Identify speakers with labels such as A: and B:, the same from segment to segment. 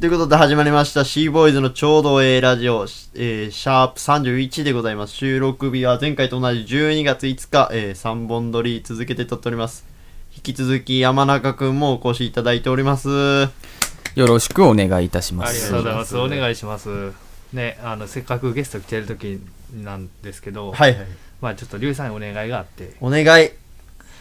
A: ということで始まりました C ボーイズのちょうどええラジオ、えーシャープ31でございます。収録日は前回と同じ12月5日、え3本撮り続けて撮っております。引き続き山中くんもお越しいただいております。
B: よろしくお願いいたしま
C: ありがと
B: す
C: うございます。
A: あ
C: お
A: り
C: 願いします。ね、あの、せっかくゲスト来てる時なんですけど、
A: はいはい。
C: まあちょっと、リュウさんにお願いがあって、
A: お願い。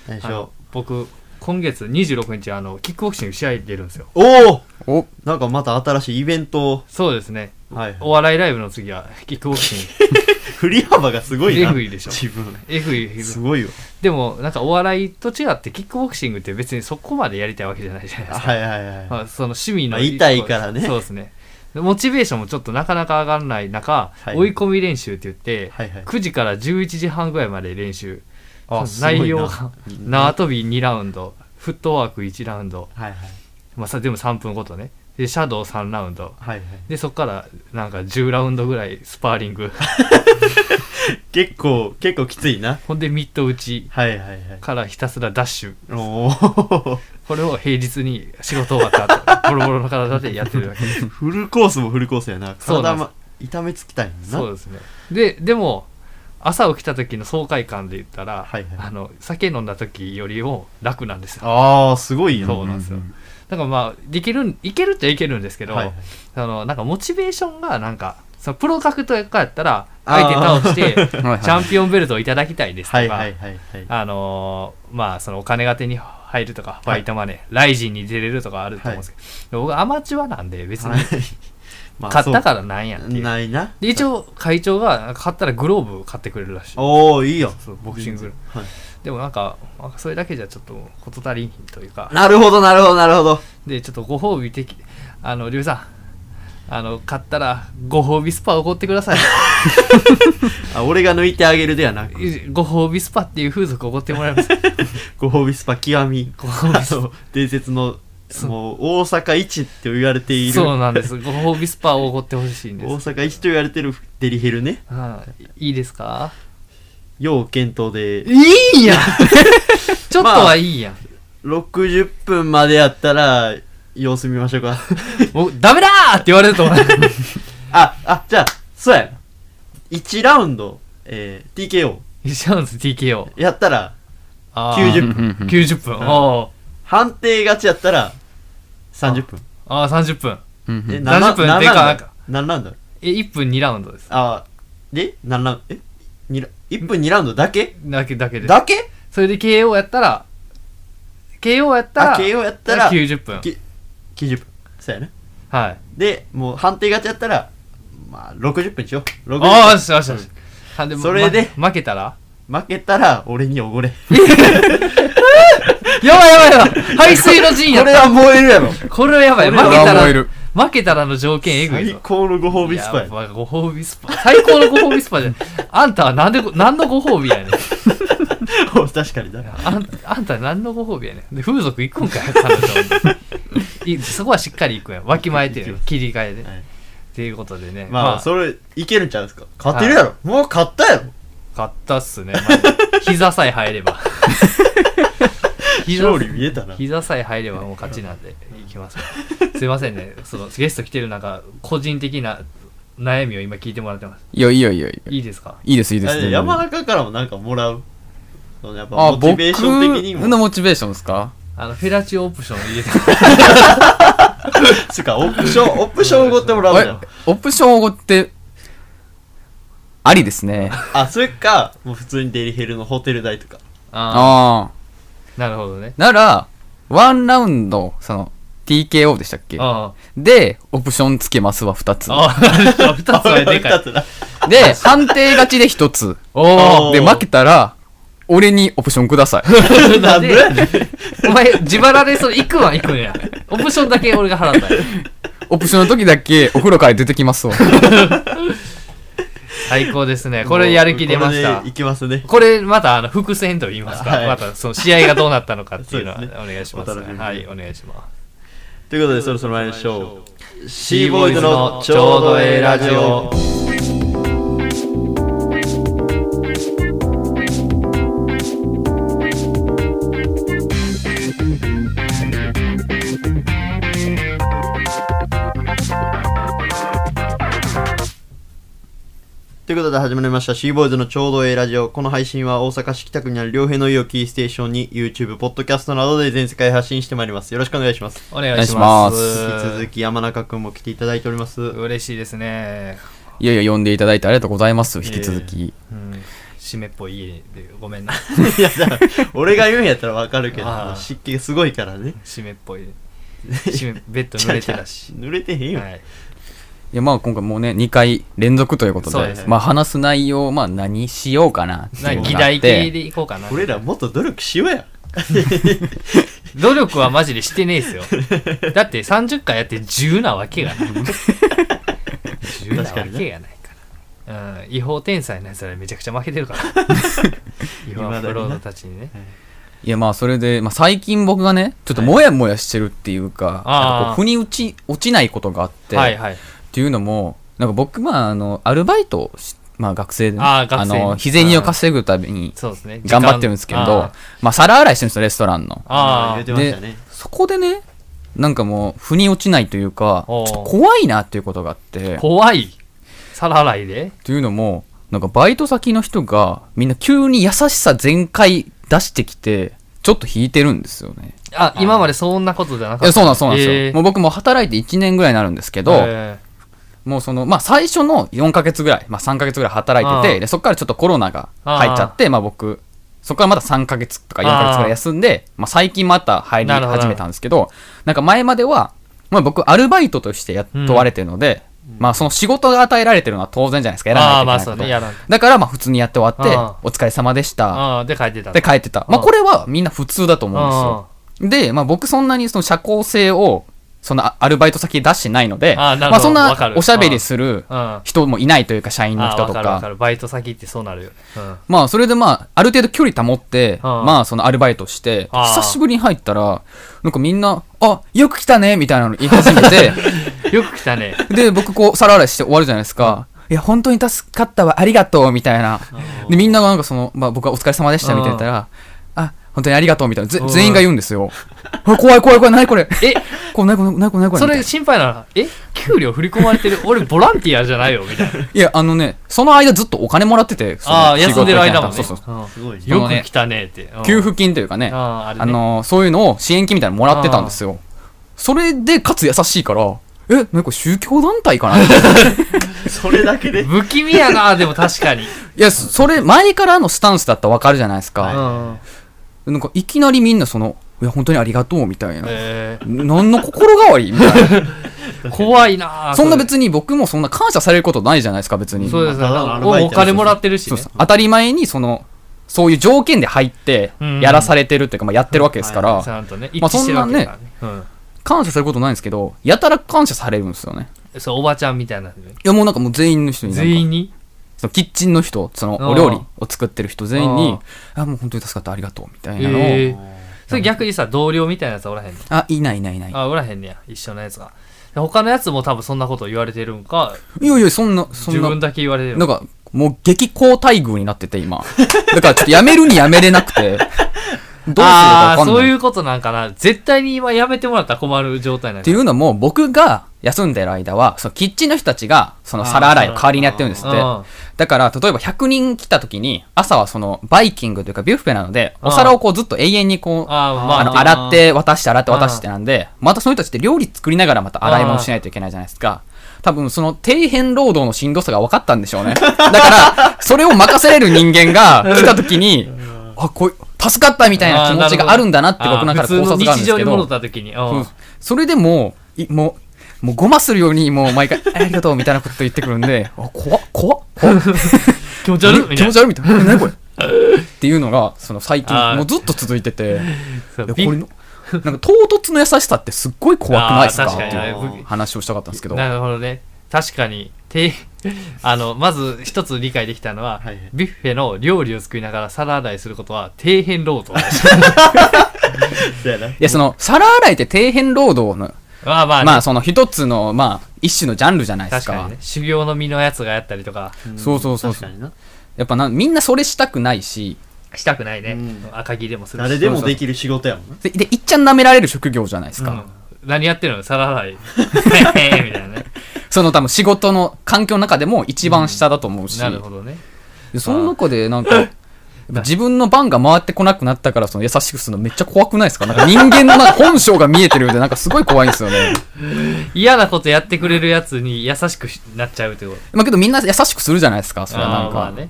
A: 何でし
C: あの
A: ょ
C: 僕、今月26日、あの、キックボクシング試合出るんですよ。
A: う。おお
B: お
A: なんかまた新しいイベントを。
C: そうですね。
A: はいはい
C: お笑いライブの次は、キックボクシン
A: 振り幅がすごいな。
C: えぐいでしょ
A: 自分。
C: グ。えぐい。
A: すごいよ。
C: でも、なんかお笑いと違って、キックボクシングって別にそこまでやりたいわけじゃないじゃないですか。
A: はいはいはい。
C: まあ、その趣味
A: ま
C: の
A: あ
C: 一個、
A: 痛いからね
C: そうですね。でモチベーションもちょっとなかなか上がらない中、
A: はい
C: 追い込み練習って言って、
A: はいはい
C: 9時から11時半ぐらいまで練習。
A: あ
C: その内容
A: す
C: が、縄跳び2ラウンド、フットワーク1ラウンド、
A: はいはい。
C: まあ、さ全部3分ごとね。で、シャドウ3ラウンド。
A: はいはい。
C: で、そこから、なんか10ラウンドぐらいスパーリング。
A: 結構、結構きついな。
C: ほんで、ミット打ち
A: はいはいはい。
C: からひたすらダッシュ。
A: おお
C: これを平日に仕事終わった後、ボロボロの体でやってるだけ。
A: フルコースもフルコースやな
C: そうな
A: 体
C: んです
A: も痛めつきたいもんな
C: そうですね。で、でも、朝起きた時の爽快感で言ったら、
A: はいはい
C: あの酒飲んだ時よりも楽なんですよ。
A: ああすごいよ
C: そうなんですよ。だからまあ、できるん、いけるっちゃいけるんですけど、
A: はいはい
C: あの、なんかモチベーションがなんか、そのプロ格とかやったら、相手倒して、 チ
B: はいはい
C: ャンピオンベルトをいただきたいですとか、
A: はいはいはいはい
C: あのーまあ、そのお金が手に入るとか、
A: い
C: ファイトマネー、ライジンに出れるとかあると思うんですけど、僕アマチュアなんで別に、
A: はい まあ
C: 買った
A: そ
C: からなんやって
A: う
C: いう。
A: ないな
C: で、一応会長が、なんか買ったらグローブ買ってくれるらしい。
A: おおいいよ
C: そうボクシング
A: はい
C: でもなんか、まあそれだけじゃちょっと事足りんというか、
A: なるほどなるほどなるほど
C: で、ちょっとご褒美的、あの、龍さん、あの、買ったらご褒美スパおごってください。
A: あ俺が抜いてあげるではなく
C: ご褒美スパっていう風俗おごってもらいます。
A: ご褒美スパ極み
C: ご褒美スパ
A: あの伝説のもう大阪一と言われている
C: そう
A: 大
C: なんです。ご褒美スパをおごってほしいんです。
A: 阪一と言われてるデリヘルね
C: はいいいですか
A: 要検討で
C: いいやん ちょっと
A: まあ
C: はいいやん。
A: 60分までやったら様子見ましょうか
C: 僕、ダメだーって言われると思う。
A: ああじゃあそうや1ラウンド、えー TKO
C: シャウンズ TKO。
A: やったら
C: あー
A: 90分
B: うん
C: 90分。おー
A: 判定勝ちやったら30分
C: あー、30分。
B: うんう
A: え
B: ん
A: な
C: 30分
A: な
C: でか
A: な
C: なんん
A: だ
C: か
A: 何ラウンド
C: え、1分2ラウンドです。
A: あで何ラウンドえ二ラ1分2ラウンドだけ
C: だけだけです。
A: だけ
C: それで KO やったら、KO やった
A: あ
C: ら、
A: KO やったら
C: 90分。
A: き90分そうやね
C: はい。
A: でもう判定勝ちやったらまあ60分にしよう60分
C: ああ、よしよしよし。あでも
A: それで
C: ま負けたら
A: 負けたら俺におごれこ
C: やばいやばいやばい排水の陣や
A: れは燃えるやろ
C: これはやばい。負
B: こ
C: け
B: れは
C: た
B: 燃える
C: ら、負けたらの条件えぐい
A: 最
C: ぞ。
A: 高のご褒美スパや
C: やばいご褒美スパ。最高のご褒美スパじゃん。あんたはなんでご、何のご褒美やねん。
A: 確かにだ
C: あんあんた何のご褒美やねん。で、風俗行くんかよ、彼女いそこはしっかり行くやん。わきまえて
A: 行
C: る
A: きま。す
C: 切り替えで。
A: はい
C: っていうことでね。
A: まあ、それいけるんちゃうんですか勝てるやろ、もう勝ったやろ
C: 買ったっすね。まあ膝さえ 入れば。膝
A: 勝利見えたな
C: 膝さえ入ればもう勝ちなんで、いきます。すいませんね。そのゲスト来てる中、個人的な悩みを今聞いてもらってます。
B: いやいいよいいよいいよ
C: いいですか
B: いいですいいで
A: あ
B: す
A: れ山中からもなんかもらうそのやっぱ
B: あ
A: モチ
B: 僕
A: ベーション的に
B: の
A: も
B: モチベーションですか
C: あの、フェラチオオプション入れて、
A: つうかオプショ ンオプションおごってもらうじゃん
B: えオプションおごってありですね
A: あそれかもう普通にデリヘルのホテル代とか
C: あ
B: ああ
C: ーなるほどね。
B: ならワンラウンドその TKO でしたっけ
C: あ
B: でオプションつけますは2つ
C: あ、あ二つ は でか
A: 二
C: い。
A: つな
B: で判定勝ちで1つ
C: お
A: お
C: お
A: ー
B: で負けたら俺にオプションくだ さい
A: なんでやねん
C: お前、自腹でそれ行くわ、行くんや。オプションだけ俺が払ったんや
B: オプションの時だけお風呂から出てきますわ
C: 最高ですね。これやる気出ました。
A: これでいきますね
C: これまたあの伏線と言いますか、
A: はい
C: またその試合がどうなったのかっていうのは
A: そう
C: お
A: です
C: 願いします,、
A: お楽しみに
C: はいお願いしま
A: ということでそろそろ参りましょうシーボーイズのち
C: ち
A: ょう
C: ょう
A: ど
C: ど
A: え
C: え
A: え
C: え
A: ラ
C: ラ
A: ジ
C: ジ
A: オ
C: オ
A: ということで始まりました C ボーイズのちょうどええラジオ。この配信は大阪市北区にある両平の家をキーステーションに YouTube、ポッドキャストなどで全世界発信してまいります。よろしくお願いします。
C: お願いします
B: お
A: 引き続き山中くんも来ていただいております。
C: 嬉しいですね、
B: いやいや、呼んでいただいてありがとうございます。
C: え
B: 引き続き。
C: うん、締めっぽい家でごめんな
A: いや、だから俺が言うんやったらわかるけど
C: あ、ー
A: 湿気すごいからね。
C: 締めっぽい締めベッド濡れてたし
A: 濡れてへんよ。
C: はい、
B: いや、まあ今回もうね、2回連続ということ
C: そう
B: で、
C: ですね
B: まあ話す内容、まあ何しようかなって
C: ないん
B: うの
C: か
B: が
C: 議
B: あっ
C: 題系
B: て。
C: でいこうかな
A: 俺らもっと努力しようや。
C: 努力はマジでしてねえですよだって30回やって10なわけがない10なわけがないから、うん、違法天才のやつらめちゃくちゃ負けてるから違法アップロードたちにね
B: いや、まあそれで、まあ最近僕がね、ちょっともやもやしてるっていうか、
C: あー
B: なんかこう腑に落ち、落ちないことがあって、
C: はいはい
B: っていうのも、なんか僕、まあ、あの、アルバイトをし、まあ学生でね、
C: あー学生
B: の、日銭を稼ぐために
C: そうですね
B: 頑張ってるんですけど、
C: 時間あ
B: まあ皿洗いしてるんですよ、レストランの。
C: あ
A: 言
C: ー
A: ってましたね。
B: そこでね、なんかもう、腑に落ちないというか、ちょ
C: おー
B: っと怖いなっていうことがあって、
C: 怖い皿洗いで
B: というのも、なんかバイト先の人が、みんな急に優しさ全開出してきて、ちょっと引いてるんですよね。
C: あ今までそんなことじゃなかった
B: いやそうなんそうなんですよ。
C: えー
B: もう僕も働いて1年ぐらいになるんですけど、
C: え
B: もうその、まあ最初の4ヶ月ぐらい、まあ3ヶ月ぐらい働いて
C: ああ
B: て、でそこからちょっとコロナが入っちゃって、まあ僕、そこからまた3ヶ月とか4ヶ月ぐらい休んで、まあ最近また入り
C: なるほど
B: 始めたんですけど、なんか前までは、まあ僕アルバイトとして雇われてるので、まあその仕事が与えられてるのは当然じゃないですか、
C: ー
B: やら
C: ああーま
B: な
C: あ
B: いと
C: そ
B: いうけな
C: ね
B: い
C: や
B: こと。
C: らん
B: だからまあ普通にやって終わって
C: ああ、
B: お疲れ様でした。
C: ああで書いてた
B: で帰ってた。まあ
C: ああ
B: これはみんな普通だと思うんですよ
C: あ。
B: で、まあ、僕そんなにその社交性をそのアルバイト先で出してないので
C: あーなるほど
B: まあ、そん
C: わか
B: な
C: る
B: おしゃべりする
C: あうん
B: 人もいないというか社員の
C: ああ
B: 人
C: わ
B: と
C: かるわか
B: か。
C: るバイト先ってそうなるよね、うん
B: まあそれでまあある程度距離保って
C: あー
B: まあそのアルバイトして
C: あー
B: 久しぶりに入ったらなんかみんな「あよく来たね」みたいなの言い始め て
C: よく来たね。
B: で僕こう皿洗いして終わるじゃないですか「いや本当に助かったわありがとう」みたいなでみんながなんかその、まあ、僕はお疲れ様でしたみたいな言ったら「あ本当にありがとう」みたいなぜ
C: うん
B: 全員が言うんですよ「 あ怖い怖い怖い何これ
C: え、
B: こう何これ何これ何これ」
C: そ
B: みたい
C: れ
B: な
C: 心配なのえ、給料振り込ま れてる俺ボランティアじゃないよみたいな。
B: いや、あのね、その間ずっとお金もらってて、その
C: ああ、
B: 仕事
C: 休んでる間もね。
B: そうそうそう
C: うん
A: すごいね。
B: その
C: よ
B: ね
C: く来たねって。うん
B: 給付金というかね、あ
C: あああれね
B: のー、そういうのを支援金みたいなのもらってたんですよ。それで、かつ優しいから、え、なんか宗教団体かなみ たいない
A: それだ けで。
C: 不気味やな、でも 確かに。
B: や、そそれ、前からのスタンスだったらわかるじゃないですか。
C: うん
B: なんか、いきなりみんなその、いや、本当にありがとう、みたいな。
C: え
B: 何の心変わりみたい な。
C: ー怖いな。
B: そんな
C: れ
B: 別に僕もそんな感謝されることないじゃないですか、別に。
C: そうですね。
A: ただのアルバイト
C: おお金もらってるし
B: そう
C: ね
B: そう。当たり前に、その、そういう条件で入って
C: う、ん
B: やらされてるっていうか、まあ、やってるわけですから。
C: ちゃんとね、一
B: ま
C: 致
B: あ
C: してるわけだからね。
B: 感謝されることないんですけど、やたら感謝されるんですよね。
C: うんそう、おばちゃんみたいな。
B: いやもうなんかもう全員の人になんか
C: 全員に
B: そのキッチンの人、その
C: あー
B: お料理を作ってる人全員に、あもう本当に助かったありがとうみたいなのを、
C: えーそれ逆にさ、同僚みたいなやつはおらへんの
B: あ、いないいないいない。
C: あ、おらへんねや。一緒のやつが。で他のやつも多分そんなこと言われてるんか、
B: いやいや、そんな、そ
C: 自
B: んな、
C: 分だけ言われてる
B: なんか、もう激高待遇になってて今。だからちょっとやめるにやめれなくて、 どうするか
C: あ
B: わ
C: あ
B: か
C: ー
B: んない。
C: そういうことなんかな絶対に今やめてもらったら困る状態な
B: っ
C: んだ
B: ていうのも、僕が休んでる間は、そのキッチンの人たちが、その皿洗いを代わりにやってるんですって
C: あー。
B: だから、例えば100人来た時に、朝はそのバイキングというかビュッフェなので、お皿をこうずっと永遠にこう、
C: あーまあ
B: あの、洗って、渡して、洗って、渡してなんで、またその人たちって料理作りながらまた洗い物しないといけないじゃないですか。多分、その、底辺労働のしんどさが分かったんでしょうね。だから、それを任せれる人間が来た時に、あ、こう、助かったみたいな気持ちがあるんだなって僕なんか考察があるんですけど。
C: 普通の日常に戻った時にうん
B: うんそれでもう、いもう、もうごまするように、もう毎回、あ りがとうみたいなこと言ってくるんで、あ、怖っ、怖っ、怖っ
C: 気持ち悪いみ
B: 気
C: た
B: 持
C: いな
B: ち悪いみたいな。 え何これっていうのが、その最近
C: あ、ー
B: もうずっと続いてて、
C: そう
B: いやこ
C: びっ
B: れの、なんか唐突の優しさってすっごい怖くないですか
C: あ
B: っ
C: ー
B: て
C: 確か
B: い
C: に
B: う話をしたかったんですけど。
C: なるほどね確かにて あのまず一つ理解できたのは、
A: はいはい
C: ビュッフェの料理を作りながら皿洗いすることは底辺労 働
A: そうやな。
B: いや、その、皿洗いって底辺労働の、
C: まあまあね、
B: まあ、その一つの、まあ、一種のジャンルじゃないです
C: 確か
B: か
C: にね。修行の身のやつがやったりとか
B: そうそうそう
A: 確かにな。
B: やっぱな、みんなそれしたくないし、
C: したくないね、
A: うん
C: 赤切れもするし
A: 誰でもできる仕事やもんな。
B: で、でいっちゃん舐められる職業じゃないですか。
C: うん何やってるの皿洗いみたいなね
B: その多分仕事の環境の中でも一番下だと思うし、
C: なるほどね。
B: でその中でなんか自分の番が回ってこなくなったからその優しくするのめっちゃ怖くないですかなんか人間のなんか本性が見えてるようでなんかすごい怖いんですよね。
C: 嫌なことやってくれるやつに優しくなっちゃうってこと。
B: まあけどみんな優しくするじゃないですか。それはな
C: あ
B: ん
C: ーま
B: か
C: あね。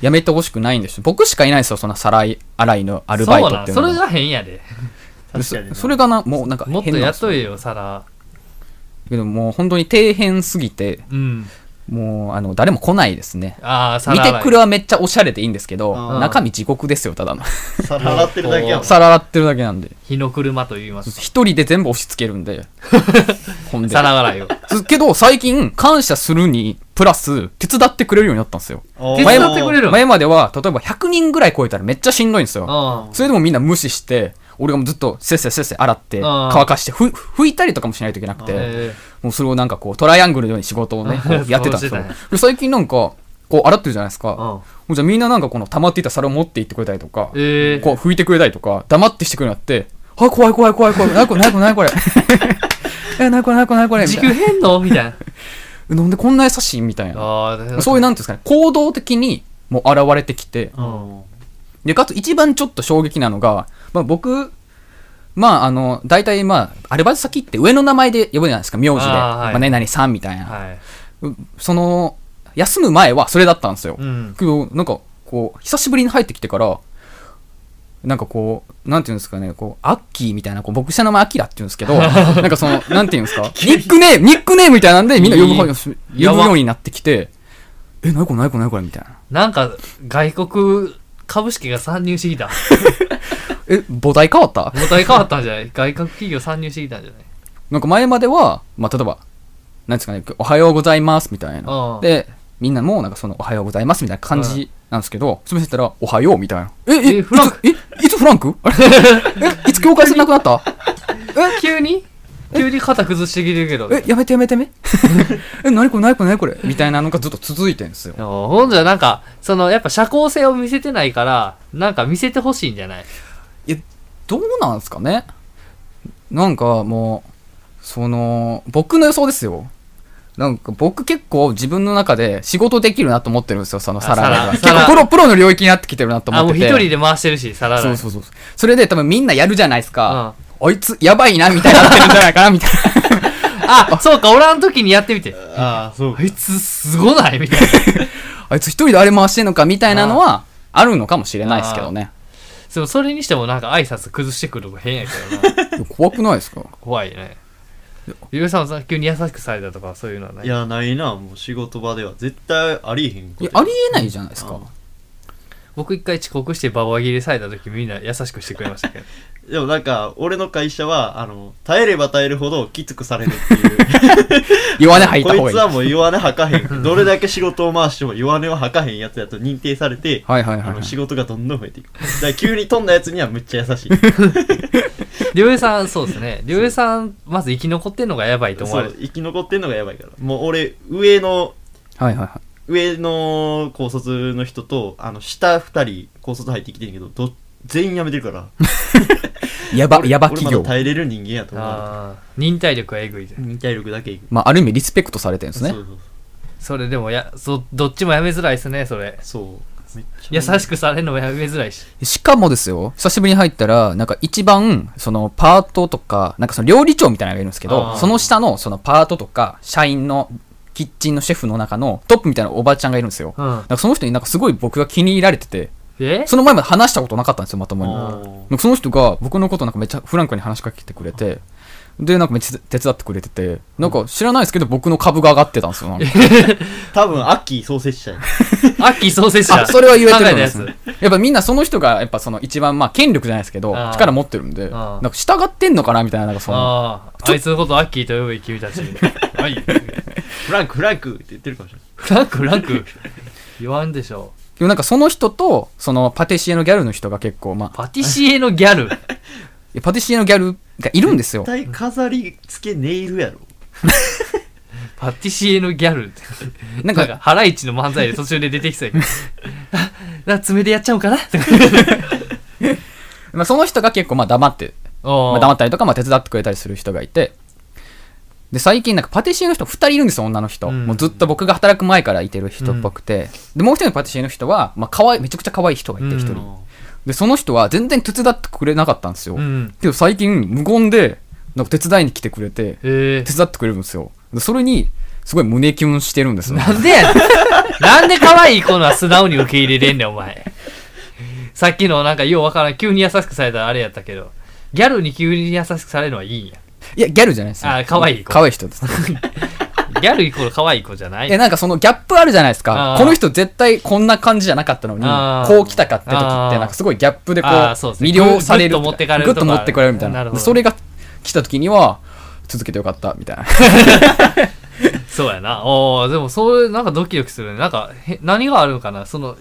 B: やめてほしくないんですよ。僕しかいないですよ、そんなさらい洗いのアルバイトっていう
C: そうなんそ
B: の
C: れ
B: が
C: が変やで。
B: で
A: 確かに
B: そ
A: な
B: それがな、もうなんか
C: もっと
B: 変なんですよ
C: 雇えよ、皿。
B: けどもう本当に底辺すぎて、
C: うん。
B: もうあの誰も来ないですね。
C: ああ、
B: 見
C: 皿洗い。
B: てくるはめっちゃおしゃれでいいんですけ
A: う
B: ど、
A: ん
B: 中身地獄ですよ、ただの。
A: 皿洗ってるだけやもん
B: 皿洗ってるだけなんで。
C: 日の車と言います。
B: 一人で全部押し付けるん で。ほんで。
C: 皿洗いを。
B: すけど、最近、感謝するに、プラス、手伝ってくれるようになったんですよ。
A: おー
C: 手伝ってくれるの
B: 前までは、例えば100人ぐらい超えたらめっちゃしんどいんですよ。
C: うん。
B: それでもみんな無視して、俺がもうずっとせっせせっせ洗って、
C: ん
B: 乾かして、ふ、拭いたりとかもしないといけなくて、
C: え
B: もうそれをなんかこう、トライアングルのように仕事を ね、こうやってたんです
C: そうしてた
B: よ
C: んや。
B: で最近なんか、こう洗ってるじゃないですか。
C: ー
B: も
C: う
B: う
C: ん。
B: じゃあみんななんかこの溜まっていた皿を持って行ってくれたりとか、
C: ええ
B: こう拭いてくれたりとか、黙ってしてくれるようになって、あ、怖い怖い怖い怖い、なにこれなにこれなにこれ。 え、なにこれなにこれなにこれ。み
C: 時
B: たい
C: 給変のみたい な。
B: ななんでこんな優しいみたいな。
C: ああ、
B: そういうなんていうんですかね、行動的にもう現れてきて、
A: うん
B: で、かつ一番ちょっと衝撃なのが、まあ僕、まああの、大体まあ、アルバイト先って上の名前で呼ぶじゃないですか、名字で。
C: あーはい
B: まあね、何さんみたいな、
C: はい。
B: その、休む前はそれだったんですよ。
C: うん。
B: けど、なんか、こう、久しぶりに入ってきてから、なんかこう、なんていうんですかね、こう、アッキーみたいな、こう僕下の名前アキラって言うんですけど、 なんかその、なんていうんですか、ニックネーム、ニックネームみたいなんで、みんな呼ぶ方に呼ぶ
C: やば
B: ようになってきて、え、なにこれなにこれなにこれみたいな。
C: なんか、外国株式が参入してきた。
B: え、母体変わった
C: 母体変わったんじゃ ない外国企業参入してきたんじゃない
B: なんか前までは、まあ、例えば、なんですかね、おはようございますみたい
C: うん
B: な。で、みんなもなんかその、おはようございますみたいな感じなんですけど、すみませんたら、おはようみたいな。え、え、
C: え
B: いつ
C: フランク
B: え、いつフランクあれえ、いつ境界線なくな った
C: 急に急に肩崩してきてるけど。
B: え、やめてやめてめ え、なにこれなにこれなにこれみたいなのがずっと続いてんですよ。
C: ほんじゃなんか、その、やっぱ社交性を見せてないから、なんか見せてほしいんじゃない
B: どうなんすかねなんかもう、その、僕の予想ですよ。なんか僕結構自分の中で仕事できるなと思ってるんですよ、そのサラ
C: あ
B: ダが。結
C: 皿
B: 構プロ、プロの領域になってきてるなと
C: あ、
B: 思
C: も
B: っ
C: う
B: て
C: 一
B: て。
C: 人で回してるし、皿洗
B: そ。
C: いう
B: そうそう。それで多分みんなやるじゃないですか。
C: う
B: あいつ、やばいな、みたいになってるんじゃないかな、 みたい
C: んあ、そうか、おらん時にやってみて。
A: ああそう
C: あいつ、すごないみたいな。
B: な。あいつ一人であれ回してんのか、みたいなのは、あるのかもしれないですけどね。
C: でも、それにしてもなんか挨拶崩してくるのも変やけどな。
B: 怖くないですか
C: 怖いね。ゆうさんはさ急に優しくされたとか、そういうのはない
A: い。やないなもう仕事場では絶対ありえへん
B: い
A: こ
B: や
A: と
B: ありえないじゃないですか。
C: 僕一回遅刻してババ切れされた時みんな優しくしてくれましたけど
A: でもなんか俺の会社はあの耐えれば耐えるほどきつくされるっていう
B: 弱音吐いた方
A: こ
B: が
A: い
B: い
A: つ
B: い。
A: はもう弱音吐かへ んどれだけ仕事を回しても弱音を吐かへんやつやと認定されて、
B: はいはいはい
A: あ
B: は
A: の
B: い。
A: 仕事がどんどん増えていくだから急に飛んだやつにはむっちゃ優 しい
C: りょうえさんそうですねりょうえさんまず生き残ってんのがやばいと思
A: そ
C: われ
A: う
C: て
A: 生き残ってんのがやばいからもう俺上の
B: はいはいはい。
A: 上の高卒の人とあの下2人高卒入ってきてんけどど全員辞めてるから
B: やば、やば
A: 俺ま
B: 企
A: だ
B: 業。
A: 耐えれる人間やと思う
C: あー忍耐力はえぐいで
A: 忍耐力だけいく
B: まあ、ある意味リスペクトされてるんですね
A: そう。そう
C: それでもやそどっちもやめづらいですねそれ
A: そうめっちゃ
C: 優しくされるのもやめづらいし
B: しかもですよ、久しぶりに入ったら、なんか一番、そのパートとか、なんかその料理長みたいなのがいるんですけ
C: あ
B: ど、
C: ー
B: その下のそのパートとか、社員のキッチンのシェフの中のトップみたいなおばあちゃんがいるんですよ。
C: う
B: なん
C: ん
B: かその人になんかすごい僕が気に入られてて、
C: え
B: その前まで話したことなかったんですよ、まともに。
A: あー
B: なんかその人が僕のことなんかめっちゃフランクに話しかけてくれて、で、なんかめっちゃ手伝ってくれてて、なんか知らないですけど僕の株が上がってたんですよ、なんか
A: 多分アッキー創設者や
C: アッキー創設者
B: あ、それは言えてると思います
C: 考え
B: ね。やっぱみんなその人が、やっぱその一番、まあ権力じゃないですけど
C: あ、ー
B: 力持ってるんで、
C: あ
B: な
C: ー
B: んか従ってんのかなみたいな、なんかその、
C: あああいつのことアッキーと呼ぶべき君 たちはい
A: フランクフランクって言ってるかもしれない
C: フランクフランク言わんでしょ
B: でもなんかその人と、そのパティシエのギャルの人が結構、まあ
C: パティシエのギャル
B: え、パティシエのギャルがいるんですよ
A: 絶。対飾り付けネイルやろ
C: パティシエのギャルって
B: なん
C: なんか、
B: か、
C: ハライチの漫才で途中で出てきそうやけどあな爪でやっちゃおうかなとか。
B: まあその人が結構、まあ黙って、まあ、
C: お
B: 黙ったりとか、まあ手伝ってくれたりする人がいて、で、最近なんかパティシエの人2人いるんですよ、女の人。
C: うん
B: もうずっと僕が働く前からいてる人っぽくて。で、もう一人のパティシエの人は、まあ、可愛い、めちゃくちゃ可愛い人がいて、一人。
C: うん
B: で、その人は全然手伝ってくれなかったんですよ。
C: うん
B: けど最近、無言で、なんか手伝いに来てくれて、
C: え
B: 手伝ってくれるんですよ。でそれに、すごい胸キュンしてるんです
C: ー、
B: よ。
C: なんでやねんなんで可愛い子のは素直に受け入れれんねんお前さっきのなんかようわからん急に優しくされたらあれやったけどギャルに急に優しくされるのはいいんや
B: いや、ギャルじゃないですよ。
C: あ可愛い子
B: 可愛い人です。
C: ギャルイコール可愛い子じゃない
B: いや、なんかそのギャップあるじゃないですか
C: あ。ー
B: この人絶対こんな感じじゃなかったのに
C: あ、ー
B: こう来たかって時って、なんかすごいギャップでこう、
C: あーそうですね
B: 魅了される。
C: ぐっと持ってかれ
B: ぐ
C: る
B: っと持ってかれるみたい
C: な
B: な。
C: るほど
B: でそれが来た時には、続けてよかった、みたいな。
C: そうやな。おーでもそういう、なんかドキドキするね。なんか、へ何があるのかなその、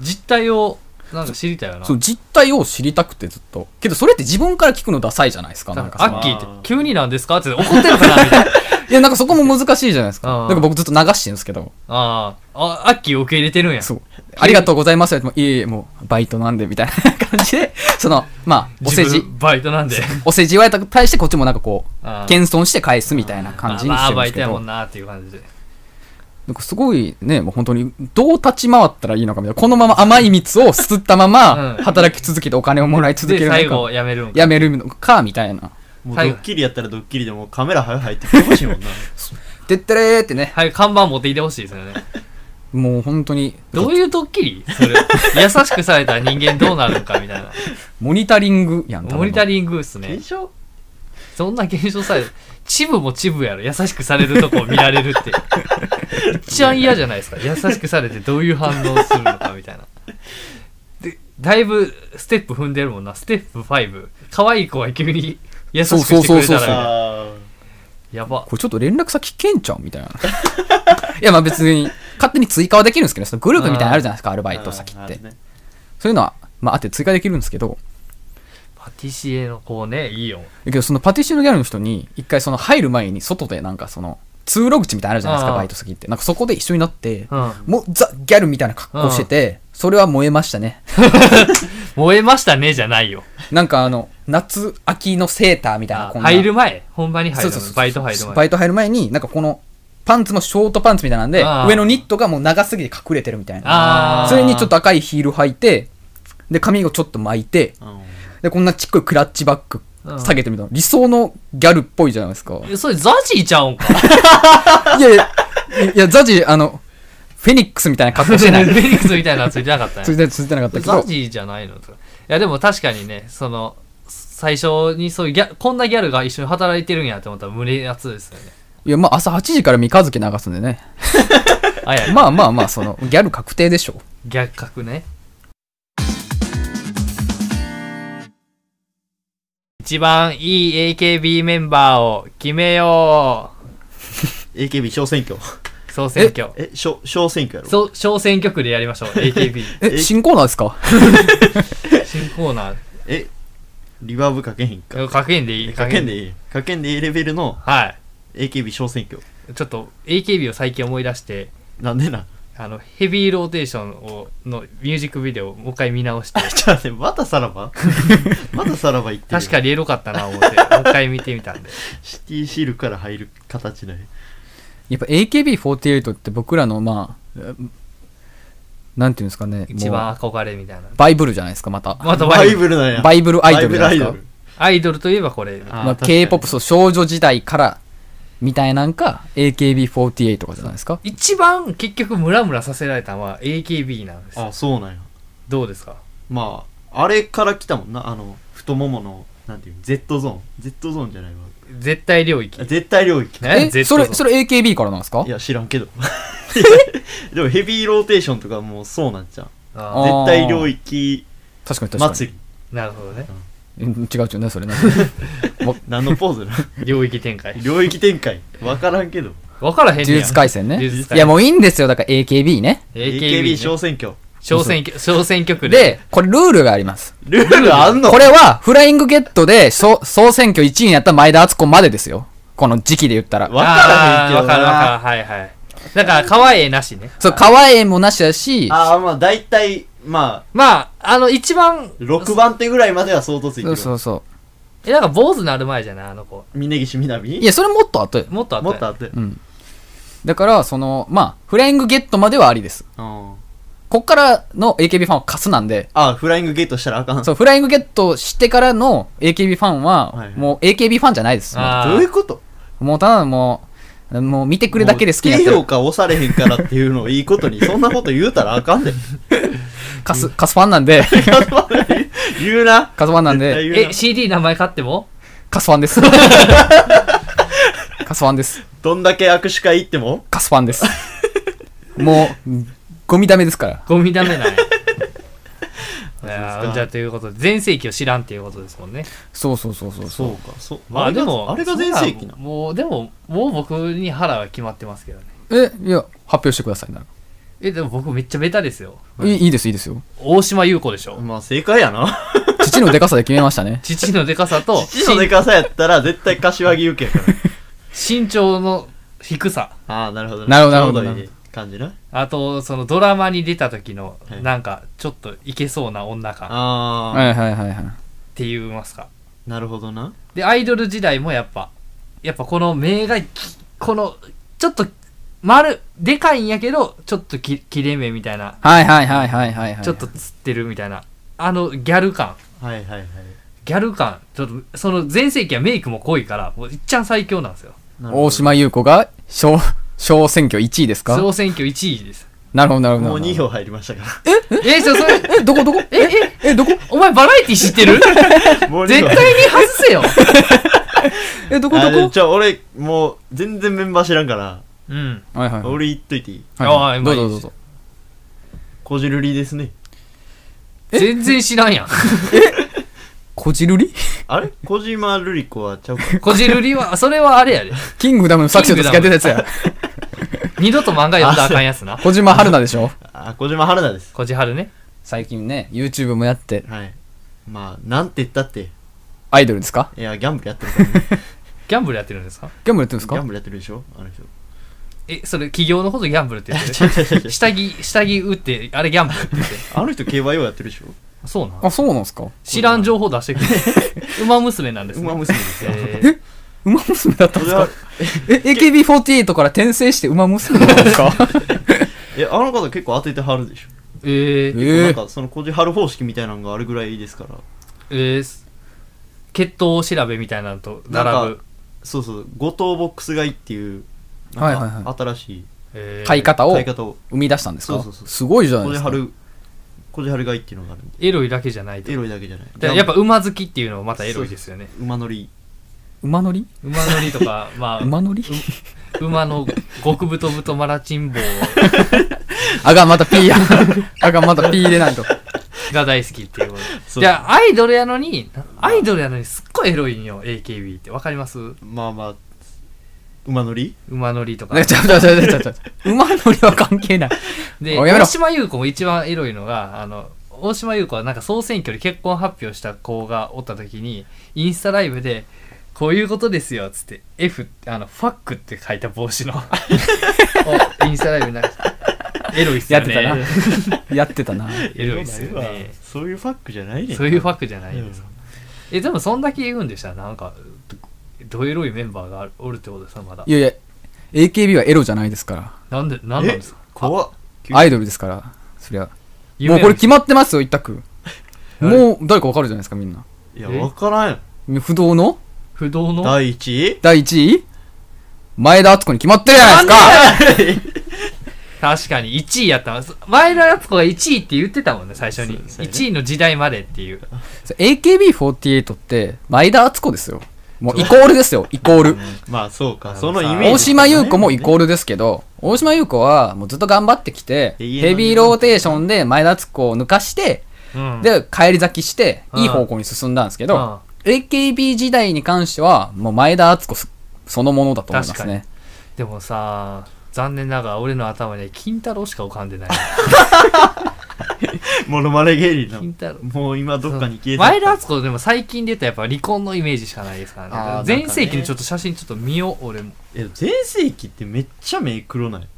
C: 実態を、なんか知りたいよな。
B: そう、実態を知りたくてずっと。けどそれって自分から聞くのダサいじゃないですか。な
C: な
B: んん
C: か
B: か
C: ア
B: そ
C: ッ
B: の
C: キー
A: あ
C: っ
A: ー
C: て急になんですかって怒ってるかなみたいな。
B: いや、なんかそこも難しいじゃないですか。
C: あ
B: な
C: ー
B: んか僕ずっと流してるんですけど、
C: あーあ、アッキーを受け入れてるんや。
B: そう。ありがとうございますよ。もういえいえ、もう、バイトなんで、みたいな感じで、 その、まあ、お世
C: 自
B: 辞。
C: 分バイトなんで。
B: お世辞言われたに対してこっちもなんかこ
C: あー
B: う謙遜して返すみたいな感じに
C: ま
B: し
C: あまあ、
B: てるん
C: バ
B: で
C: イ
B: す
C: ト
B: け
C: や
B: ど
C: もんなっていう感じで。
B: なんかすごいねもう本当にどう立ち回ったらいいのかみたいなこのまま甘い蜜をすすったまま
C: うん
B: 働き続けてお金をもらい続け
C: で、
B: る
C: 最
B: の
C: 後
B: か
C: やめるんか。
B: やめるのかみたいな
A: もうド
C: 最後
A: ッキリやったらドッキリでもうカメラ早く入ってきてほしいも んな
B: 「てってれ」ってね
C: はい、看板持ってきてほしいです よね。
B: もう本当に
C: どういうドッキリそれ。優しくされた人間どうなるんかみたいな。
B: モニタリングやん
C: モニタ
B: リ
C: リングっすね
A: 検。証
C: そんな現象される。チブもチブやろ。優しくされるとこを見られるって。一番嫌じゃないですか。優しくされてどういう反応するのかみたいな。で、だいぶステップ踏んでるもんな。ステップ5。可愛い子は急に優しくしてくれた
B: そう
C: ら。
A: あ
C: やば。
B: これちょっと連絡先聞けんちゃうみたいな いやまあ別に勝手に追加はできるんですけどそのグループみたいなのあるじゃないですかアル
A: あ
B: バイト先って
A: あーなる
B: そういうのはまああって追加できるんですけど
C: パティシエの子ね、いいよ。
B: だけどそのパティシエのギャルの人に一回その入る前に外でなんかその通路口みたいなのあるじゃないです
C: あ
B: か
C: あ
B: バイト先ってなんかそこで一緒になって、
C: うん。
B: もうザ・ギャルみたいな格好してて、それは燃えましたね
C: 燃えましたね、じゃないよ。
B: なんかあの夏秋のセーターみたいな
C: あ
B: こんな
C: 入る前。本場に入
B: そうそ
C: る
B: うそう
C: 前。バイト入る
B: バ
C: 前。
B: イト入る前になんかこのパンツもショートパンツみたいなんで
C: ああ
B: 上のニットがもう長すぎて隠れてるみたいな
C: あー
B: それにちょっと赤いヒール履いてで髪をちょっと巻いて
A: ほどね
B: でこんなちっこいクラッチバッグ下げてみたいな理想のギャルっぽいじゃないですか
C: えそれザジーちゃうんか
B: いやいや、いや、ザジ、あの、フェニックスみたいな格好してない。
C: フェニックスみたいなのついてなかったね
B: ついて、ついてなかったけ
C: ザ
B: ど
C: ジ、ーじゃないのとかいやでも確かにねその最初にそういうギャこんなギャルが一緒に働いてるんやと思ったら胸熱ですよね
B: いや、まあ朝8時から三日月流すんでね。
C: あや
B: まあまあまあ、その、ギャル確定でしょ。
C: 逆格ね一番いい AKB メンバーを決めよ
A: うん AKB 小選挙
C: う総選挙
A: え小小選挙やろ
C: そう小選挙区でやりましょう AKB
B: え、
A: え
B: 新コーナーですか
C: 新コーナ
A: えリバーブかけへんか
C: ーかけんでいい
A: かけん
C: いい
A: でいいかけんでいいレベルの
C: は
A: AKB 小選挙
C: いちょっと AKB を最近思い出して
A: なんでな
C: あのヘビーローテーションをのミュージックビデオをもう一回見 直して
A: じゃあねまたさらば またさらば言ってる
C: 確かにエロかったな思っ てもう一回見てみたんで
A: シティシールから入る形だよ
B: やっぱ AKB48 って僕らの、まあ、えなんていうんですかね、
C: 一
B: も
C: 番憧れみたいな
B: う、バイブルじゃないですか、また。
C: またバ
A: バ
C: イ
A: イ
C: ブ
A: ブ
C: ル
A: ルなんや
B: バイブルアイドルじゃないです
A: バ
B: か
A: イブル。
C: アイドルといえばこれ
A: あ
B: まあ、
A: 確かに
B: K-POP、そう、少女時代から、みたいなんか、AKB48 とかじゃないですか。
C: 一番結局ムラムラさせられたのは AKB なんです
A: あそうなんや
C: どうですか
A: まああれから来たもんなあの太もものなんていうの Z ゾーン Z ゾーンじゃないわ
C: 絶対領域
A: あ絶対領域
C: ね
B: え、それ、そ
C: れ
B: れ AKB からなんですか
A: いや知らんけど でもヘビーローテーションとかもうそうなんちゃう
B: あー
A: 絶対領域
B: 確かに確かに。
A: 祭り
C: なるほどね
B: うん違う違う、ね、それ、ね、それ
A: 何のポーズ な
C: 領域展開
A: 領域展開わからんけど
C: 分からへんねん
B: 呪術廻戦ね
C: 呪術廻。戦
B: いや、もういいんですよ。だから AKB ね。
A: AKB 小
C: AKB ね
A: 選挙
C: 小選挙小選挙区で
B: で、これルールがあります。
A: ルールあんの
B: これは、フライングゲットで、総総選挙1位になった前田敦子までですよ。この時期で言ったら。
A: わからへんけど
C: あーわかるわ
A: な
C: かるはいはいだから可愛いなしね
B: そう、可愛いもなしだし、
A: ああまあ大体まあ
C: まああの一番
A: 6番手ぐらいまでは相当ついて
B: そ
A: る
B: うそうそ
C: え、なんか坊主になる前じゃないあの子。
A: 峯岸みなみ
B: いや、それもっと後よ。
C: もっとあった
A: も
C: よ
A: っとあって。
B: うん。だから、その、まあ、フライングゲットまではありです。
A: うん
B: こっからの AKB ファンはカスなんで、
A: あ、フライングゲットしたらあかん。
B: そう、フライングゲットしてからの AKB ファン
A: はいは、
B: はいもう AKB ファンじゃないです。
C: あ
A: どういうこと
B: もうただもう、もう見てくれだけで好きになっ
A: もう
B: て
A: 低評
B: る。
A: 価押されへんからっていうのをいいことに、そんなこと言うたらあかんで。
B: カス、カスファンなんで、
A: 言うな。
B: カスファンなん
A: 絶
B: で、
A: 対言う
C: え、
A: な
C: CD 名前買っても
B: カスファンです。カスファンです。
A: どんだけ握手会行っても
B: カスファンです。もう、ゴミダメですから。
C: ゴミダ メなんや
A: そうですか
C: いやーじゃあということで全盛期を知らんっていうことですもんね
B: そうそうそうそう。そう
A: うか、そう。
C: まあ
A: れが
C: でも
A: あれが全盛期な
C: そ。うもうでももう僕に腹は決まってますけどね
B: え、いや、発表してくださいな
C: えでも僕めっちゃベタですよ
B: ら。いいいいです、いいですよ。
C: 大島優子でしょ
A: まあ正解やな。
B: 父のデカさで決めましたね。
C: 父のでかさと
A: 父のでかさやったら絶対柏木受けやから。
C: 身身長の低さ
A: ああ、なるほど、
B: なるほどなるほど
A: ちょういい感じな。
C: あとそのドラマに出た時の
A: はい
C: なんかちょっといけそうな女感っ
A: ああ、
B: はいはいはいはい。
C: て言いますか
A: なるほどな。
C: でアイドル時代もやっぱやっぱこの目がきこのちょっと丸でかいんやけどちょっとき切れ目みたいな
B: はいはいはいはいはいはい。
C: ちょっと釣ってるみたいな。あの、ギャル感。
A: はいはいはい。
C: ギャル感。ちょっと、その前世紀はメイクも濃いから、もういっちゃん最強なんですよ。
A: なるほど
B: 大島優子が小、 小選挙1位ですか
C: 総選挙1位です。
B: なるほどなるほど。
A: もう2票入りましたか
C: え、ちょ、それ、
B: え、 どこどこ
C: え、え、え、どこお前バラエティ知ってる
A: ら。もう
C: 絶対に外せよ。
B: え、どこ
A: あ
B: どこ
A: じゃあ俺、もう全然メンバー知らんから、
C: うん。
B: はいはい。
A: 俺言っといていい
B: は
C: あ
B: い、
C: ー
B: どうぞどうぞ。
A: こじるりですね。
C: 全然知らんやん。
B: こじるり
A: あれ小島瑠璃子はちゃうか。
C: こじるりは、それはあれやで。
B: キングダムの作者と使ってたやつや。
C: 二度と漫画読んだらあかんやつな。
B: 小島春菜で しょ
A: あ、小島春菜です。
C: こじはるね。
B: 最近ね、YouTube もやって、
A: はい。まあ、なんて言ったって、
B: アイドルですか
A: いや、ギャンブルやってるからね。
C: ギャンブルやってるんですか
B: ギャンブルやってるんです
A: ギャン
B: か
A: ブルやってるでしょあの人。
C: え、それ、企業のことギャンブルって言 って
A: 違う違う違
C: る。
A: う
C: 下着、下着打って、あれギャンブルって言って。
A: あの人、競馬用やってるでしょ
C: そうなん
B: あ、そうなんですか
C: 知らん情報出 してくる。馬娘なんですね。
A: 馬娘ですよ。
C: えー
B: 馬娘だったん
A: 小
B: です
A: 島
B: かえ、AKB48 から転生して馬娘なんです か
A: え、あの方結構当ててはるでしょ
C: えー、
A: な
B: え
A: ん
B: え。
A: か、その小島春方式みたいなのがあるぐらいですから。
C: えー、血糖調べみたいなのと
A: な
C: 並
A: ん
C: ぶ
A: か、そうそう、後藤ボックス買いっていう、
B: はい
A: な
B: はい
A: ん
B: は
A: か、新しい
C: えー
B: 買い方を
A: 買い
B: 生
A: 方を、
B: み出したんです
A: そ
B: か
A: うそうそう
B: すごいじゃない
A: 小
B: で
A: 島
B: すか。
A: 春、小島春買いっていうのがあるんで、
C: エロいだけじゃないと
A: エロいだけじゃない。
C: だからやっぱ馬好きっていうのもまたエロいですよね
A: 馬乗り。
B: 馬乗り
C: 馬乗りとかまあ
B: 馬乗り
C: 馬の極太太マラチンボ
B: あがんまた P や。あがんまた P 入れないと。
C: が大好きっていうこ
A: そ
C: と
A: う
C: じゃあアイドルやのにアイドルやのにすっごいエロいんよ AKB ってわかります
A: まあまあ、馬乗り
C: 馬乗りとか
B: ねちゃうちゃうちゃうちゃうちゃう。馬乗りは関係ない。
C: で
B: おいやめろ
C: 大島優子も一番エロいのがあの大島優子はなんか総選挙で結婚発表した子がおった時にインスタライブで「こういうことですよ」っつって「F」あの「ファック」って書いた帽 子のをインスタライブになんかエロいっす
B: や
C: よ
B: っ
C: ね
B: てたな。やってたな。
C: エロいっすよね
A: そういうファックじゃないねん
C: そういうファックじゃない
A: うん
C: ですか、えでもそんだけ言うんでしたらなんかどどエロいメンバーがおるってことですかまだ
B: いやいや、AKB はエロじゃないですから。
C: なんでなんなんですか
A: え怖っ。
B: アイドルですから。そりゃ。もう
C: 夢
B: こ
C: を
B: れ決まってますよ、一択。もう誰かわかるじゃないですか、みんな。
A: いや、
C: え
A: わからん。
B: 不動の
C: 不動の
A: 第一位
B: 第1位前田敦子に決まってるじゃないですか
C: 確かに1位やったわそ前田敦子が1位って言ってたもんね最初
A: そ
C: に、
A: うそうやね
C: 1位の時代までっていう
B: そう !AKB48 って前田敦子ですよ。もうイコールですよ、イコール。
A: まあそうか、
C: の
A: そのイメージ、
B: 大島優子もイコ
A: ー
B: ールですけど、大島優子はもうずっと頑張ってきて、
A: 永遠の
B: ヘビーローテーションで前田敦子を抜かして、
C: うん
B: で、帰り咲きして、
C: うん
B: いい方向に進んだんですけ
C: う
B: ど、
C: ん
B: AKB 時代に関しては、もう前田敦子そそのものだと思いますね。
C: でもさ残念ながら俺の頭には金太郎しか浮かん でない
A: ル。モノマネ芸人
C: 金太郎
A: の。もう今どっかに消えて
C: 前田敦子でも最近出たやっぱ離婚のイメージしかないですからね
A: あー
C: 全
A: なん
C: 盛期
A: か
C: の
A: ね
C: ちょっと写真ちょっと見よう俺も
A: え、全盛期ってめっちゃ目黒ない。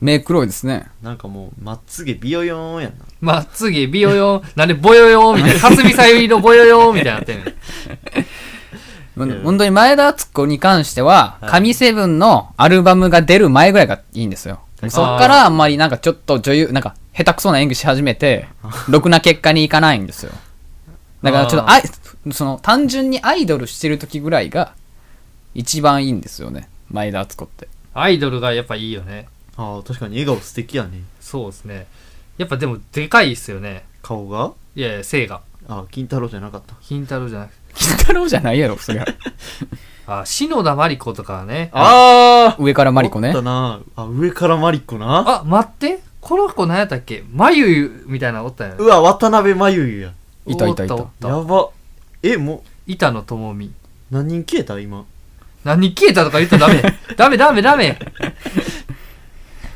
B: 目黒いですね。
A: なんかもう、まっつげビヨヨーンやんな。
C: まあ次ビヨヨンなんでボヨヨンみたいなかすみさゆりのボヨヨンみたいになってんねん
B: ほ
A: うん
B: ん本当に前田敦子に関しては、
A: はい
B: 神セブンのアルバムが出る前ぐらいがいいんですよ。
A: あー
B: そっからあんまりなんかちょっと女優、なんか下手くそな演技し始め て、ろくな結果にいかないんですよ。だからちょっとあい、その単純にアイドルしてる時ぐらいが一番いいんですよね。前田敦子って。
C: アイドルがやっぱいいよね
A: ああ、確かに笑顔素敵やね。
C: そうですねやっぱでもでかいっすよね
A: 顔が
C: いやいや性が
A: ああ、金太郎じゃなかった。
C: 金太郎じゃなくて
B: 金太郎じゃないやろ、それは。
C: あ篠田麻里子とかはね
A: ああ
B: 上からマリコね
A: あっ。たな。あ、上からマリコな。
C: あ待ってこの子何やったっけ眉ゆみたいなのおったよ
A: う
C: ね
A: わ、渡辺真由や。
B: いたいたいた
C: おっおっ
A: やば。え、も
C: 板野友美
A: う、何人消えた今。
C: 何消えたとか言ったらダ メダメダメダメ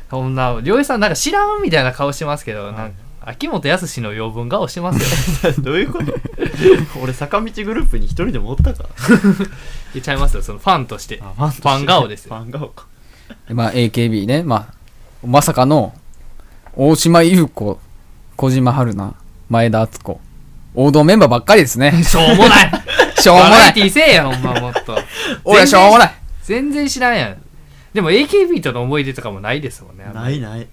C: そんな両一さんなんか知らんみたいな顔してますけど、なんか秋元康の養分顔してますよ
A: どういうこと 俺、坂道グループに一人でもおったか。
C: 言っちゃいますよそのファンとして
A: あ
C: ファン顔です
A: フ
C: よ。
A: ァン顔か。
B: まあ AKB ね、まあ、まさかの、大島優子、小島春菜、前田敦子。王道メンバーばっかりですね
C: しょうもない
B: しょうも
C: バラ
B: な
C: エテ
B: い。
C: ィせえやほんまもっと
B: 俺はしょうもない。
C: 全然知らんやんでも AKB との思い出とかもないですもんねあんまり
A: ないない。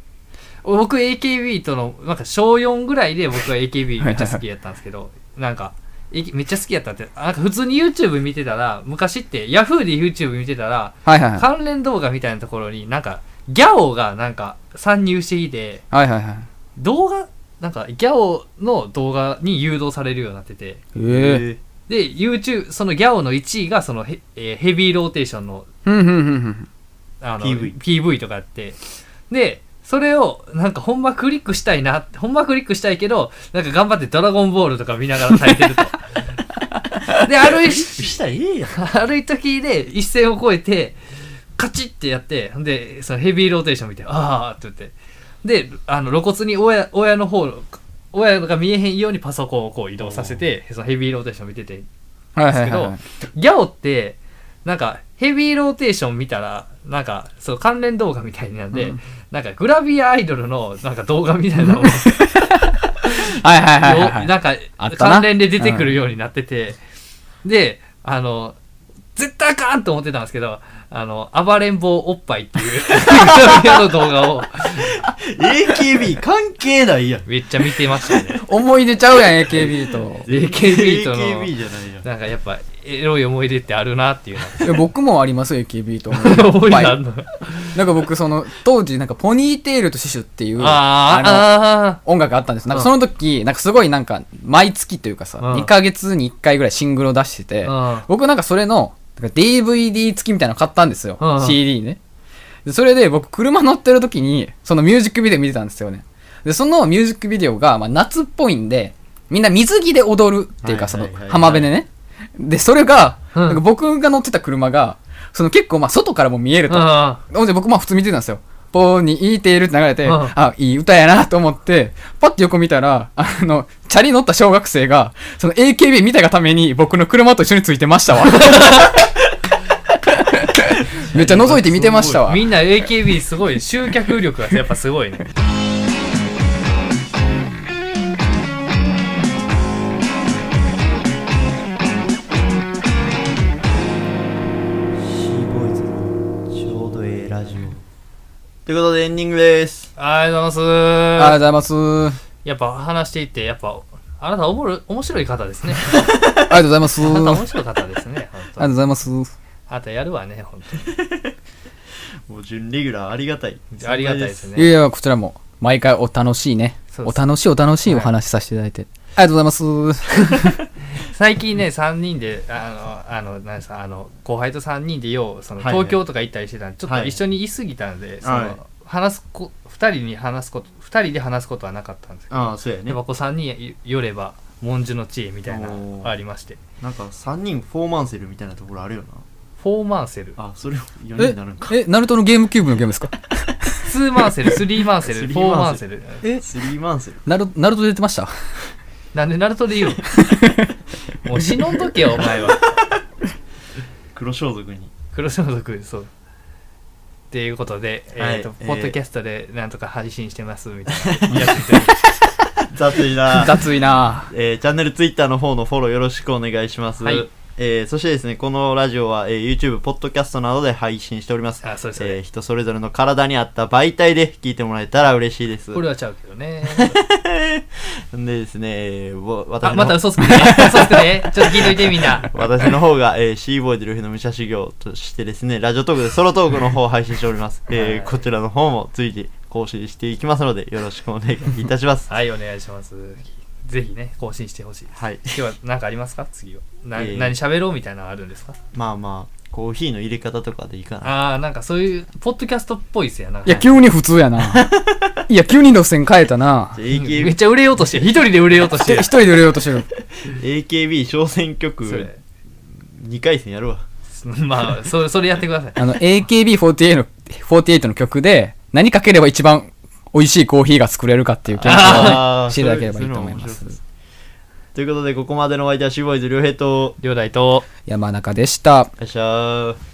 C: 僕 AKB とのなんか小4ぐらいで僕は AKB めっちゃ好きやったんですけどなんかえめっちゃ好きやったってなんか普通に YouTube 見てたら昔って Yahoo で YouTube 見てたら
B: はいはいはい。
C: 関連動画みたいなところになんかギャオがなんか参入してきて
B: はいはいはい。
C: 動画なんかギャオの動画に誘導されるようになってて
A: え
B: ええ。
C: で YouTube そのギャオの1位がそのヘ,、えーヘビーローテーションの
B: ふんふんふんふん。
C: あの
A: PV
C: PV, とかやってでそれをなんかほんまクリックしたいなってほんまクリックしたいけどなんか頑張って「ドラゴンボール」とか見ながら耐えてるとであるい
A: ー、したらええやん。
C: ある時で一線を越えてカチッってやってほんでそのヘビーローテーション見て「ああ」って言ってであの露骨に親親の方親が見えへんようにパソコンをこう移動させてそのヘビーローテーション見てて
B: はいは
C: ですけ
B: い
C: ど、
B: はいはい。
C: ギャオって、なんか、ヘビーローテーション見たら、なんか、そう、関連動画みたいなんで、なんか、グラビアアイドルの、なんか動画みたいなの を、
B: はいはいはいはいはい。
C: なんか
B: あっ、たな
C: 関連で出てくるようになってて、で、あの、絶対あかんと思ってたんですけど、あの、暴れん坊おっぱいっていう、グラビアの動画を
A: AKB 関係ないやん。
C: めっちゃ見てましたね。
B: 思い出ちゃうやん、AKB と。
C: AKB との
A: AKB じゃないやん。
C: なんかやっぱ、エロい思い出ってあるなっていう
B: いや僕もありますよ、AKB と。
C: の 思い出あ
B: なんん
C: の。
B: か僕、その、当時、なんか、ポニーテールとシシュっていう、
C: あー
B: の
C: あー、
B: 音楽あったんですなんかその時なんかすごいなんか毎月というかさ、
C: うん
B: 2ヶ月に1回ぐらいシングルを出してて、
C: うん
B: 僕なんかそれのなんか DVD 付きみたいなの買ったんですよ、
C: うん
B: CD ねでそれで僕車乗ってる時にそのミュージックビデオ見てたんですよねでそのミュージックビデオがまあ夏っぽいんでみんな水着で踊るっていうか
A: はい
B: そ
A: はい
B: の
A: はいはい
B: 浜辺でねでそれが
C: うん
B: なんか僕が乗ってた車がその結構まあ外からも見えると
C: あー。
B: ほんで僕まあ普通見てたんですよ。ポーにいているって流れて、
C: うん
B: あ、いい歌やなと思って、パッて横見たら、あの、チャリ乗った小学生が、その AKB 見たがために僕の車と一緒についてました わ。めっちゃ覗いて見てましたわ。
C: みんな AKB すごい集客力がやっぱ すごいね
A: シーボーイズのちょうどええラジオ。ということでエンディングです。
C: ありがとうご
B: ありがとうご
C: ざいま
B: ざいます。あ
C: すやっぱ話していってやっぱあなたおもろ面白い方ですね
B: りがとうございます。あ
C: あ
B: り
C: な
B: がとう
C: た面白い方ですね本当
B: ございます。
C: あなたやるわね本
A: もう準レギュラーありがたい
C: 当。にありがたいです
B: いや
C: ね
B: いや、こちらも、毎回お楽しいね。
C: そう
B: お
C: です
B: 楽しいお楽しいお話しさせていただいて。ありがとうございます。
C: 最近ね3人であのあの何ですかあの後輩と3人でようその
A: はい
C: 東京とか行ったりしてたんでちょっ
A: は
C: と
A: い
C: 一緒にいすぎたんで、そ
A: はい
C: の話すこ2人に話すこと2人で話すことはなかったんですけど
A: ああ、そうやね
C: やっ。ぱこう3人寄れば文殊の知恵みたいな
A: お
C: の
A: ー
C: がありまして
A: なんか3人フォーマンセルみたいなところあるよな。
C: フォーマンセル
A: あ、それを4人に
B: え
A: なるんか。、
B: え、ナルトのゲームキューブのゲームですか
C: ツーマ ンセル、スリーマンセ
A: ス
C: ル、
A: リ
C: フ
A: ー
C: ォー
A: マ
C: マ
A: ン
C: ン
A: セ
C: セル。
A: え ?3 マンセル。
B: ナルナルト出てました
C: なんでナルトで 言うのもう死のんとけよ、お前は。
A: 黒装束に。
C: 黒装束、そう。っていうことで、
A: はい
C: えっと、
A: えー
C: ポッドキャストでなんとか配信してます、みたい な。やってて
A: 雑いな。
B: 雑いな
A: えー、チャンネルツイッターの方のフォローよろしくお願いします。
C: はい
A: えーそしてですね、このラジオは、えー YouTube、ポッドキャストなどで配信しております。
C: あそれそれ
A: えー人それぞれの体に合った媒体で聞いてもらえたら嬉しいです。
C: これはちゃうけ どね。
A: んでですね、えーぼ
C: あ、
A: 私の
C: また
A: 方
C: 嘘つく ね。嘘つくね。ちょっと聞いといてみんな。
A: 私の方が、えー、シーボーイでルフィの武者修行としてですね、ラジオトークでソロトークの方を配信しており ます。えーこちらの方も随時更新していきますので、よろしくお願いいたします。
C: はい、お願いします。ぜひね、更新してほしいです。
A: はい。
C: 今日は何かありますか次は。な
A: えー
C: 何喋ろうみたいなのあるんですか
A: まあまあ、コーヒーの入れ方とかでいいかな。
C: ああ、なんかそういう、ポッドキャストっぽいっすやな。
B: いや、急に普通やな。 いや、急に路線変えたな。
A: じゃあ
C: めっ
A: AKB、
C: ちゃ売れようとしてる。一人で売れようとして
B: 一
C: る。
B: 人で売れようとしてる。
A: AKB 小選挙
C: そ
A: 区
C: れ
A: 2回戦やるわ。
C: まあ、それ、それやってください。
B: あの、AKB48 の、48の曲で、何かければ一番美味しいコーヒーが作れるかっていう研究を
A: あー
B: 知りただければいいと思いま
A: そ
B: す
A: れ。それも面白そうですということで、ここまでのお相手はシーボーイズ両平と、
C: 両大と、
B: 山中でした。
A: よっしゃー。